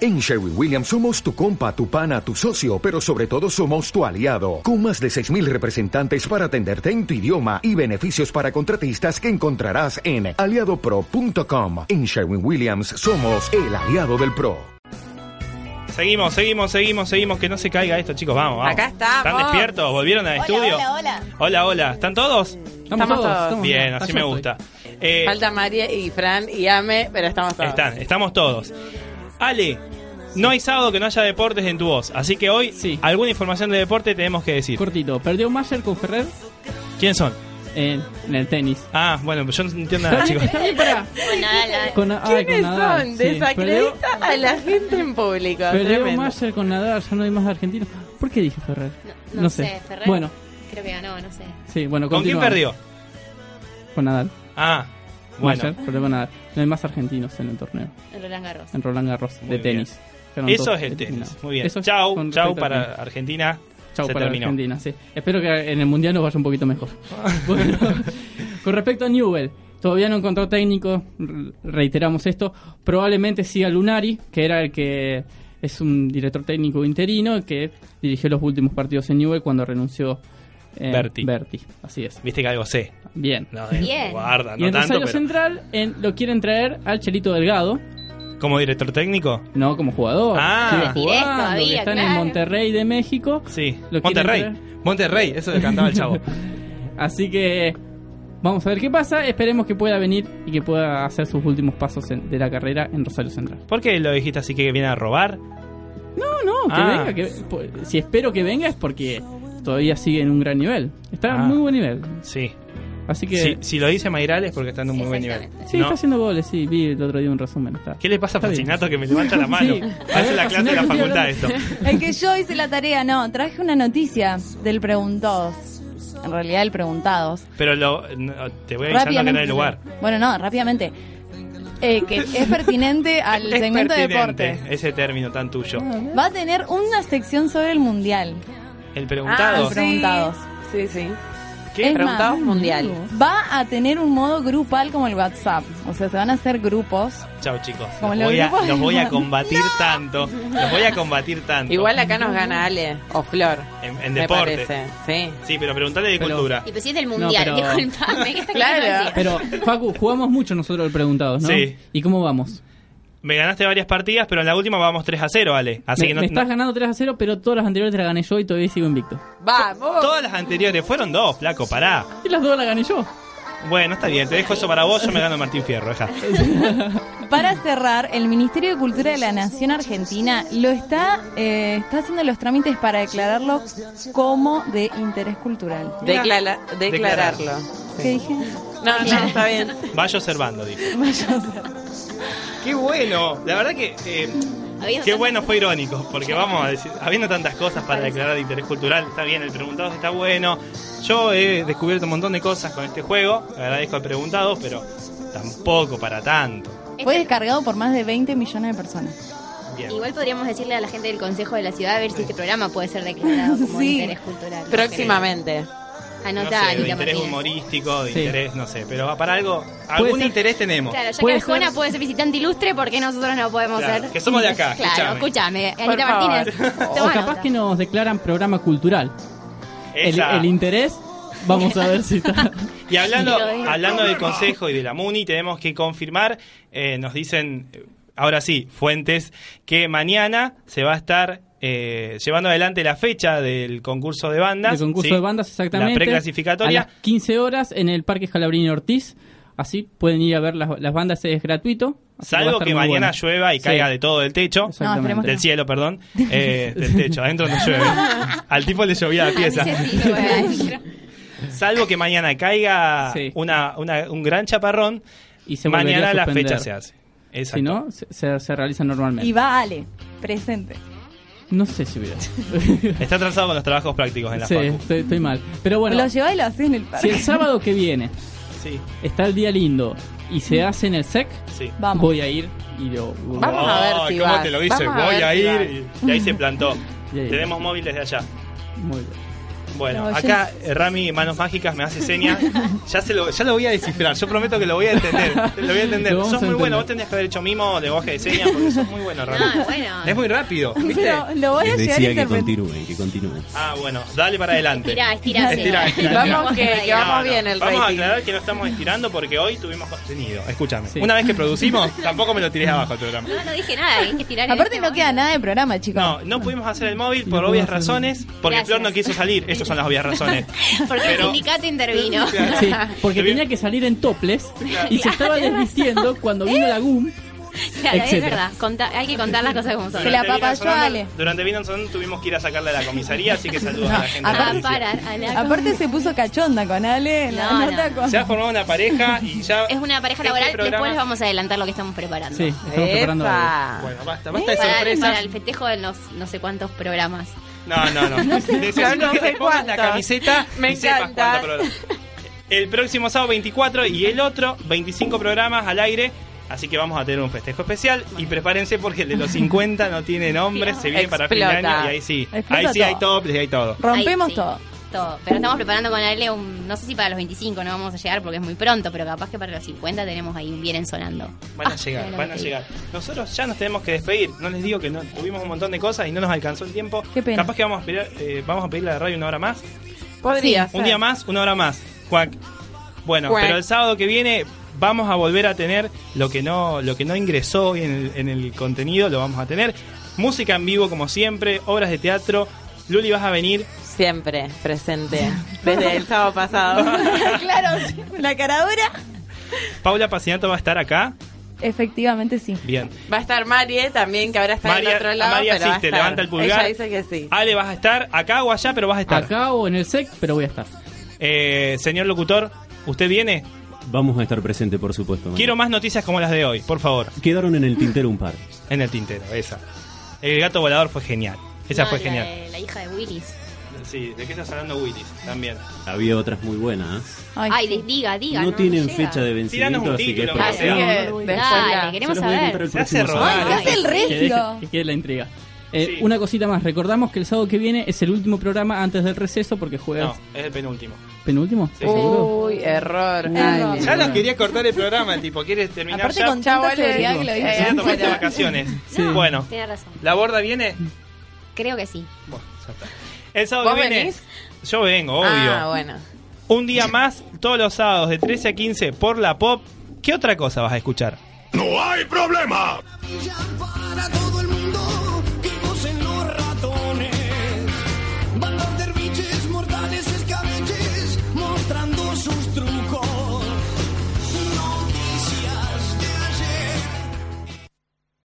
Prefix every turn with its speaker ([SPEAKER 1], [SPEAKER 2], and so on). [SPEAKER 1] En Sherwin Williams somos tu compa, tu pana, tu socio, pero sobre todo somos tu aliado, con más de 6.000 representantes para atenderte en tu idioma y beneficios para contratistas que encontrarás en aliadopro.com. En Sherwin Williams somos el aliado del PRO.
[SPEAKER 2] Seguimos, seguimos, seguimos, seguimos. Que no se caiga esto, chicos. Vamos, vamos.
[SPEAKER 3] Acá estamos.
[SPEAKER 2] ¿Están despiertos? ¿Volvieron al
[SPEAKER 4] Hola,
[SPEAKER 2] estudio?
[SPEAKER 4] hola, hola.
[SPEAKER 2] Hola, hola. ¿Están todos?
[SPEAKER 3] Estamos todos.
[SPEAKER 5] Mm.
[SPEAKER 2] Bien, así me gusta. Eh,
[SPEAKER 3] Falta María y Fran y Ame, pero estamos todos.
[SPEAKER 2] están, estamos todos. Ale, no hay sábado que no haya deportes en tu voz. Así que hoy,
[SPEAKER 5] Sí.
[SPEAKER 2] alguna información de deporte tenemos que decir.
[SPEAKER 5] Cortito, perdió Mayer con Ferrer
[SPEAKER 2] ¿Quién son?
[SPEAKER 5] en, en el tenis.
[SPEAKER 2] Ah, bueno, pues yo no entiendo nada, chicos.
[SPEAKER 5] Está bien para.
[SPEAKER 4] Con Nadal.
[SPEAKER 5] Con, ah, con
[SPEAKER 3] ¿Quiénes
[SPEAKER 5] Nadal,
[SPEAKER 3] son?
[SPEAKER 5] sí. Perdió,
[SPEAKER 3] Desacredita a la gente en público.
[SPEAKER 5] perdió
[SPEAKER 3] Tremendo.
[SPEAKER 5] Mayer con Nadal, ya no hay más argentinos. ¿Por qué dije Ferrer?
[SPEAKER 4] No, no sé, Ferrer.
[SPEAKER 5] Bueno,
[SPEAKER 4] Creo que ganó, no sé.
[SPEAKER 5] sí, bueno,
[SPEAKER 2] ¿Con quién perdió?
[SPEAKER 5] continuamos. Con Nadal.
[SPEAKER 2] Ah, bueno.
[SPEAKER 5] Mayer perdió con Nadal. No hay más argentinos en el torneo,
[SPEAKER 4] El Roland Garros.
[SPEAKER 5] en Roland Garros
[SPEAKER 2] Muy bien.
[SPEAKER 5] de tenis. Fueron
[SPEAKER 2] Eso
[SPEAKER 5] todos
[SPEAKER 2] es el tenis.
[SPEAKER 5] eliminados.
[SPEAKER 2] Muy bien.
[SPEAKER 5] Eso es
[SPEAKER 2] chau,
[SPEAKER 5] con
[SPEAKER 2] chau
[SPEAKER 5] respecto al
[SPEAKER 2] para
[SPEAKER 5] tenis.
[SPEAKER 2] Argentina.
[SPEAKER 5] Chau
[SPEAKER 2] Se
[SPEAKER 5] para
[SPEAKER 2] terminó.
[SPEAKER 5] Argentina, sí. Espero que en el Mundial nos vaya un poquito mejor. Bueno, con respecto a Newell, todavía no encontró técnico, re- reiteramos esto. Probablemente siga Lunari, que era el que es un director técnico interino, que dirigió los últimos partidos en Newell cuando renunció eh,
[SPEAKER 2] Berti.
[SPEAKER 5] Así es.
[SPEAKER 2] Viste que algo sé.
[SPEAKER 5] Bien.
[SPEAKER 2] No, eh,
[SPEAKER 4] Bien.
[SPEAKER 2] Guarda,
[SPEAKER 5] y
[SPEAKER 2] no
[SPEAKER 5] en
[SPEAKER 2] tanto,
[SPEAKER 5] Rosario
[SPEAKER 2] pero...
[SPEAKER 5] Central en- lo quieren traer al Chelito Delgado,
[SPEAKER 2] ¿Como director técnico?
[SPEAKER 5] no como jugador.
[SPEAKER 2] Ah.
[SPEAKER 5] sigue jugando,
[SPEAKER 4] Directo,
[SPEAKER 5] que
[SPEAKER 4] había,
[SPEAKER 5] están en
[SPEAKER 4] claro.
[SPEAKER 5] Monterrey de México.
[SPEAKER 2] Sí.
[SPEAKER 5] Lo quieren
[SPEAKER 2] Monterrey.
[SPEAKER 5] traer.
[SPEAKER 2] Monterrey, eso le cantaba el chavo.
[SPEAKER 5] Así que vamos a ver qué pasa. Esperemos que pueda venir y que pueda hacer sus últimos pasos en- de la carrera en Rosario Central.
[SPEAKER 2] ¿Por qué lo dijiste así que viene a robar?
[SPEAKER 5] No, no, que
[SPEAKER 2] Ah.
[SPEAKER 5] venga. que- po- si espero que venga es porque todavía sigue en un gran nivel. Está en
[SPEAKER 2] Ah.
[SPEAKER 5] muy buen nivel.
[SPEAKER 2] Sí.
[SPEAKER 5] Así que.
[SPEAKER 2] Si, si lo dice Mairal es porque está en un muy buen nivel.
[SPEAKER 4] Exactamente.
[SPEAKER 5] Sí,
[SPEAKER 2] ¿No?
[SPEAKER 5] está haciendo goles, sí, vi el otro día un resumen. Está.
[SPEAKER 2] ¿Qué le pasa a
[SPEAKER 5] Está bien.
[SPEAKER 2] Pacinato que me levanta la mano?
[SPEAKER 5] Sí.
[SPEAKER 2] Hace la clase de la
[SPEAKER 5] Pacinato, estoy
[SPEAKER 2] facultad esto.
[SPEAKER 5] hablando.
[SPEAKER 4] Es que yo hice la tarea, no. Traje una noticia del Preguntados. En realidad, el Preguntados.
[SPEAKER 2] Pero lo, no, te voy avisando que no hay lugar.
[SPEAKER 4] Bueno, no, rápidamente. Eh, que es pertinente al
[SPEAKER 2] Es
[SPEAKER 4] segmento de
[SPEAKER 2] pertinente
[SPEAKER 4] deportes. Ah.
[SPEAKER 2] ese término tan tuyo.
[SPEAKER 4] Va a tener una sección sobre el mundial.
[SPEAKER 2] El
[SPEAKER 3] Ah,
[SPEAKER 2] preguntado.
[SPEAKER 3] sí.
[SPEAKER 4] Preguntados.
[SPEAKER 3] Sí, sí.
[SPEAKER 2] ¿Qué?
[SPEAKER 4] Es
[SPEAKER 3] Preguntados
[SPEAKER 4] más,
[SPEAKER 3] mundial.
[SPEAKER 4] va a tener un modo grupal como el WhatsApp. O sea, se van a hacer grupos.
[SPEAKER 2] Chao chicos.
[SPEAKER 4] Como
[SPEAKER 2] Los
[SPEAKER 4] lo
[SPEAKER 2] voy, a,
[SPEAKER 4] grupo-
[SPEAKER 2] los voy a combatir tanto. Los voy a combatir tanto.
[SPEAKER 3] Igual acá nos gana Ale o Flor.
[SPEAKER 2] En, en
[SPEAKER 3] me
[SPEAKER 2] deporte.
[SPEAKER 3] parece. Sí.
[SPEAKER 2] Sí, pero preguntale de
[SPEAKER 5] Pero-
[SPEAKER 2] cultura.
[SPEAKER 6] Y pues si es del mundial,
[SPEAKER 5] No, pero-
[SPEAKER 6] disculpame, ¿qué está
[SPEAKER 3] Claro.
[SPEAKER 6] queriendo decir?
[SPEAKER 5] Pero, Facu, jugamos mucho nosotros el preguntados, ¿no?
[SPEAKER 2] Sí.
[SPEAKER 5] ¿Y cómo vamos?
[SPEAKER 2] Me ganaste varias partidas, pero en la última vamos 3 a 0, Ale. Así
[SPEAKER 5] me,
[SPEAKER 2] que no,
[SPEAKER 5] me estás
[SPEAKER 2] no-
[SPEAKER 5] ganando 3 a 0, pero todas las anteriores te las gané yo y todavía sigo invicto.
[SPEAKER 3] Vamos.
[SPEAKER 2] Todas las anteriores fueron dos, flaco, pará.
[SPEAKER 5] Y las dos las gané yo.
[SPEAKER 2] Bueno, está bien, te dejo eso para vos, yo me gano Martín Fierro, deja. Mm.
[SPEAKER 4] Para cerrar, el Ministerio de Cultura de la Nación Argentina lo está, eh, está haciendo los trámites para declararlo como de interés cultural.
[SPEAKER 3] Declara-
[SPEAKER 2] Declarar.
[SPEAKER 3] declararlo.
[SPEAKER 4] ¿Qué dije?
[SPEAKER 3] No, no, está bien.
[SPEAKER 2] Vaya observando, dijo. Qué bueno, la verdad que eh,
[SPEAKER 6] Había
[SPEAKER 2] qué
[SPEAKER 6] otro-
[SPEAKER 2] bueno fue irónico, porque vamos a decir, habiendo tantas cosas para declarar de interés cultural, está bien, el preguntado está bueno. Yo he descubierto un montón de cosas con este juego, agradezco al preguntado, pero tampoco para tanto.
[SPEAKER 4] Fue descargado por más de 20 millones de personas.
[SPEAKER 2] Bien.
[SPEAKER 6] Igual podríamos decirle a la gente del Consejo de la Ciudad a ver si este programa puede ser declarado como
[SPEAKER 4] Sí.
[SPEAKER 6] de interés cultural.
[SPEAKER 3] Próximamente.
[SPEAKER 2] No
[SPEAKER 6] Anotá,
[SPEAKER 2] sé, de
[SPEAKER 6] Anita
[SPEAKER 2] interés
[SPEAKER 6] Martínez.
[SPEAKER 2] humorístico, de
[SPEAKER 5] Sí.
[SPEAKER 2] interés, no sé, pero para algo, algún
[SPEAKER 5] ser-
[SPEAKER 2] interés tenemos.
[SPEAKER 6] Claro, ya que
[SPEAKER 5] Puede
[SPEAKER 6] Arjona
[SPEAKER 5] ser-
[SPEAKER 6] puede ser visitante ilustre, ¿por qué nosotros no podemos
[SPEAKER 2] Claro,
[SPEAKER 6] ser?
[SPEAKER 2] que somos de acá,
[SPEAKER 6] Claro, escúchame,
[SPEAKER 3] Por
[SPEAKER 6] Anita
[SPEAKER 3] favor.
[SPEAKER 6] Martínez.
[SPEAKER 5] O capaz que nos declaran programa cultural. El,
[SPEAKER 2] Esa.
[SPEAKER 5] el interés, vamos a ver si está.
[SPEAKER 2] Y hablando,
[SPEAKER 6] Lo digo.
[SPEAKER 2] hablando del Consejo y de la MUNI, tenemos que confirmar, eh, nos dicen, eh, ahora sí, fuentes, que mañana se va a estar eh, llevando adelante la fecha del concurso de bandas.
[SPEAKER 5] El concurso
[SPEAKER 2] ¿sí?
[SPEAKER 5] de bandas, exactamente.
[SPEAKER 2] La
[SPEAKER 5] A
[SPEAKER 2] preclasificatoria.
[SPEAKER 5] las 15 horas en el Parque Jalabrini Ortiz. Así pueden ir a ver las, las bandas, es gratuito. Así va a
[SPEAKER 2] Salvo
[SPEAKER 5] estar
[SPEAKER 2] que
[SPEAKER 5] muy
[SPEAKER 2] mañana
[SPEAKER 5] bueno.
[SPEAKER 2] llueva y
[SPEAKER 5] Sí,
[SPEAKER 2] caiga de todo del techo.
[SPEAKER 5] Exactamente.
[SPEAKER 4] esperemos que
[SPEAKER 2] Del cielo, perdón. eh, del techo, adentro no llueve. Al tipo le llovía la pieza. Salvo que mañana caiga
[SPEAKER 5] Sí.
[SPEAKER 2] una, una- un gran chaparrón,
[SPEAKER 5] Y se volvería
[SPEAKER 2] mañana
[SPEAKER 5] a
[SPEAKER 2] la
[SPEAKER 5] suspender.
[SPEAKER 2] fecha se hace. Exacto.
[SPEAKER 5] Si no, se, se- se realiza normalmente.
[SPEAKER 4] Y va Ale, presente.
[SPEAKER 5] No sé si hubiera.
[SPEAKER 2] Está atrasado con los trabajos prácticos en la
[SPEAKER 5] Sí,
[SPEAKER 2] facu.
[SPEAKER 5] estoy, estoy mal. Pero bueno,
[SPEAKER 4] lo llevás y lo haces en el
[SPEAKER 5] si el
[SPEAKER 4] parque.
[SPEAKER 5] sábado que viene
[SPEAKER 2] Sí,
[SPEAKER 5] está el día lindo y se hace en el SEC,
[SPEAKER 2] sí.
[SPEAKER 4] Mm. Vamos.
[SPEAKER 5] voy a ir y lo.
[SPEAKER 3] Vamos a ver
[SPEAKER 2] Ay,
[SPEAKER 3] si
[SPEAKER 2] ¿Cómo
[SPEAKER 3] vas.
[SPEAKER 2] te lo dice?
[SPEAKER 3] Vamos a
[SPEAKER 2] Oh, Voy
[SPEAKER 3] ver
[SPEAKER 2] a
[SPEAKER 3] si
[SPEAKER 2] ir. y- Y ahí se plantó.
[SPEAKER 5] Y ahí.
[SPEAKER 2] Tenemos móvil desde allá.
[SPEAKER 5] Muy bien.
[SPEAKER 2] Bueno,
[SPEAKER 4] Los
[SPEAKER 2] acá eh, Rami, manos mágicas, me hace señas. Ya, se lo, ya lo voy a descifrar. Yo prometo que lo voy a entender. Lo voy a entender.
[SPEAKER 5] Lo vamos
[SPEAKER 2] sos
[SPEAKER 5] a
[SPEAKER 2] muy
[SPEAKER 5] entender.
[SPEAKER 2] bueno. Vos tendrías que haber hecho mimo, lenguaje de señas, porque sos muy bueno, Rami.
[SPEAKER 6] No, bueno.
[SPEAKER 2] Es muy rápido, ¿viste?
[SPEAKER 4] Pero lo voy a
[SPEAKER 7] Les
[SPEAKER 4] llegar a
[SPEAKER 7] decía que
[SPEAKER 4] interpretar.
[SPEAKER 7] continúen, que continúen.
[SPEAKER 2] Ah, bueno, dale para adelante.
[SPEAKER 6] Estirá, estirá,
[SPEAKER 2] Estirá, estirá.
[SPEAKER 3] Vamos que, que vamos bien el
[SPEAKER 2] Vamos a
[SPEAKER 3] rating.
[SPEAKER 2] aclarar que no estamos estirando porque hoy tuvimos contenido. Escúchame.
[SPEAKER 5] Sí.
[SPEAKER 2] Una vez que producimos, tampoco me lo tiré abajo el programa.
[SPEAKER 6] No, no dije nada, hay que tirar. en
[SPEAKER 4] Aparte
[SPEAKER 6] este
[SPEAKER 4] no queda
[SPEAKER 6] momento.
[SPEAKER 4] nada de programa, chicos.
[SPEAKER 2] No, no pudimos hacer el móvil
[SPEAKER 5] No
[SPEAKER 2] por
[SPEAKER 5] puedo
[SPEAKER 2] obvias
[SPEAKER 5] hacer-
[SPEAKER 2] razones, porque
[SPEAKER 6] Gracias.
[SPEAKER 2] Flor no quiso salir. Esas son las obvias razones.
[SPEAKER 6] Porque
[SPEAKER 2] Pero-
[SPEAKER 6] el sindicato intervino.
[SPEAKER 2] Claro.
[SPEAKER 5] Sí, porque
[SPEAKER 2] Te vi-
[SPEAKER 5] tenía que salir en toples y se estaba desvistiendo cuando vino la GUM.
[SPEAKER 6] Claro, es
[SPEAKER 5] Etcétera.
[SPEAKER 6] verdad. Conta- hay que contar las cosas como son.
[SPEAKER 4] Se la
[SPEAKER 2] Durante Vino
[SPEAKER 4] apapachó
[SPEAKER 2] Sonando-
[SPEAKER 4] Ale.
[SPEAKER 2] Durante Vino Sonando tuvimos que ir a sacarla de la comisaría, así que saludos a la gente. de la
[SPEAKER 6] Ah,
[SPEAKER 2] policía.
[SPEAKER 6] para, a la-
[SPEAKER 4] Aparte se puso cachonda con Ale. la
[SPEAKER 6] No,
[SPEAKER 4] nota
[SPEAKER 6] no.
[SPEAKER 4] con-
[SPEAKER 2] Se ha formado una pareja y ya.
[SPEAKER 6] Es una pareja
[SPEAKER 2] este
[SPEAKER 6] laboral,
[SPEAKER 2] programa-
[SPEAKER 6] después les vamos a adelantar lo que estamos preparando.
[SPEAKER 5] Sí, estamos preparando algo.
[SPEAKER 3] Epa.
[SPEAKER 2] Bueno, basta, basta de
[SPEAKER 6] Para, para
[SPEAKER 2] sorpresas.
[SPEAKER 6] el festejo de los no sé cuántos programas.
[SPEAKER 2] No, no, no. Necesito
[SPEAKER 3] no
[SPEAKER 2] que
[SPEAKER 3] sé
[SPEAKER 2] te pongas la
[SPEAKER 3] cuántos.
[SPEAKER 2] camiseta
[SPEAKER 3] Me
[SPEAKER 2] y sepas
[SPEAKER 3] encanta.
[SPEAKER 2] cuánto programa. El próximo sábado 24 y el otro 25 programas al aire. Así que vamos a tener un festejo especial y prepárense porque el de los 50 no tiene nombre, se viene para fin de año
[SPEAKER 3] Explota.
[SPEAKER 2] y ahí sí, ahí
[SPEAKER 4] Explota
[SPEAKER 2] sí hay
[SPEAKER 4] todo.
[SPEAKER 2] toples y hay todo.
[SPEAKER 4] Rompemos
[SPEAKER 6] Ahí, sí,
[SPEAKER 4] todo.
[SPEAKER 6] Todo. Pero estamos preparando con Ale un. No sé si para los 25 no vamos a llegar porque es muy pronto, pero capaz que para los 50 tenemos ahí un Vienen Sonando.
[SPEAKER 2] Van a
[SPEAKER 6] Ah,
[SPEAKER 2] llegar,
[SPEAKER 6] mira lo
[SPEAKER 2] van
[SPEAKER 6] que
[SPEAKER 2] a
[SPEAKER 6] te
[SPEAKER 2] llegar. Nosotros ya nos tenemos que despedir. No les digo que no, tuvimos un montón de cosas y no nos alcanzó el tiempo.
[SPEAKER 4] Qué pena.
[SPEAKER 2] Capaz que vamos a, pedir, eh, vamos a pedirle a la radio una hora más.
[SPEAKER 3] Podría ser.
[SPEAKER 2] Un día más, una hora más. Cuac. Bueno,
[SPEAKER 3] Cuac.
[SPEAKER 2] pero el sábado que viene vamos a volver a tener lo que no, lo que no ingresó hoy en el, en el contenido, lo vamos a tener. Música en vivo como siempre, obras de teatro. Luli, vas a venir.
[SPEAKER 3] Siempre presente. Desde el sábado pasado.
[SPEAKER 4] claro, sí, la caradura.
[SPEAKER 2] Paula Pacinato va a estar acá.
[SPEAKER 4] Efectivamente sí.
[SPEAKER 2] Bien.
[SPEAKER 3] Va a estar Marie también, que ahora está
[SPEAKER 2] María-
[SPEAKER 3] en otro lado.
[SPEAKER 2] María
[SPEAKER 3] pero va a
[SPEAKER 2] asiste,
[SPEAKER 3] estar.
[SPEAKER 2] levanta el pulgar. Ah,
[SPEAKER 3] Ella dice que sí.
[SPEAKER 2] Ale, vas a estar acá o allá, pero vas a estar.
[SPEAKER 5] Acá o en el SEC, pero voy a estar.
[SPEAKER 2] Eh, señor locutor, ¿usted viene?
[SPEAKER 7] Vamos a estar presentes, por supuesto. Manu.
[SPEAKER 2] Quiero más noticias como las de hoy, por favor.
[SPEAKER 7] Quedaron en el tintero un par.
[SPEAKER 2] En el tintero, esa. El gato volador fue genial. Esa
[SPEAKER 6] No,
[SPEAKER 2] fue
[SPEAKER 6] la
[SPEAKER 2] genial.
[SPEAKER 6] de- La hija de Willis.
[SPEAKER 2] Sí, ¿de qué estás hablando, Willis? También.
[SPEAKER 7] Había otras muy buenas.
[SPEAKER 4] Ay,
[SPEAKER 6] Ay,
[SPEAKER 4] sí.
[SPEAKER 6] les diga, diga.
[SPEAKER 7] no, tienen
[SPEAKER 6] llega.
[SPEAKER 7] fecha de
[SPEAKER 2] Tiranos un
[SPEAKER 7] vencimiento, así que es
[SPEAKER 2] título,
[SPEAKER 7] probable.
[SPEAKER 3] Así que
[SPEAKER 7] No, no,
[SPEAKER 3] después
[SPEAKER 7] no,
[SPEAKER 6] Dale,
[SPEAKER 3] la-
[SPEAKER 7] se los
[SPEAKER 6] queremos
[SPEAKER 7] voy a contar
[SPEAKER 6] saber.
[SPEAKER 7] el
[SPEAKER 2] Se hace este?
[SPEAKER 7] próximo
[SPEAKER 2] robar.
[SPEAKER 7] sábado.
[SPEAKER 4] ¿Qué hace el
[SPEAKER 5] Que deje-
[SPEAKER 4] recio?
[SPEAKER 5] que quede la intriga. Eh,
[SPEAKER 2] Sí.
[SPEAKER 5] Una cosita más, recordamos que el sábado que viene es el último programa antes del receso porque juegas
[SPEAKER 2] No, es el penúltimo.
[SPEAKER 5] penúltimo.
[SPEAKER 2] Sí.
[SPEAKER 5] ¿Seguro?
[SPEAKER 3] Uy, error.
[SPEAKER 4] Error.
[SPEAKER 3] Ale.
[SPEAKER 2] Ya no quería cortar el programa, el tipo. ¿Quieres terminar
[SPEAKER 4] Aparte
[SPEAKER 2] ya?
[SPEAKER 4] con tanta
[SPEAKER 3] Chavales,
[SPEAKER 4] seguridad que lo
[SPEAKER 3] eh,
[SPEAKER 4] dice.
[SPEAKER 2] Ya
[SPEAKER 3] Bueno.
[SPEAKER 2] tomaste vacaciones.
[SPEAKER 5] Sí.
[SPEAKER 2] Bueno,
[SPEAKER 6] Tiene razón.
[SPEAKER 2] ¿la borda viene?
[SPEAKER 6] Creo que sí.
[SPEAKER 2] Bueno, ya está. El sábado
[SPEAKER 3] ¿Vos
[SPEAKER 2] que viene.
[SPEAKER 3] venís?
[SPEAKER 2] Yo vengo, obvio.
[SPEAKER 3] Ah, bueno.
[SPEAKER 2] Un día más, todos los sábados de 13 a 15 por la pop. ¿Qué otra cosa vas a escuchar?
[SPEAKER 8] ¡No hay problema!
[SPEAKER 9] Ya para todo el mundo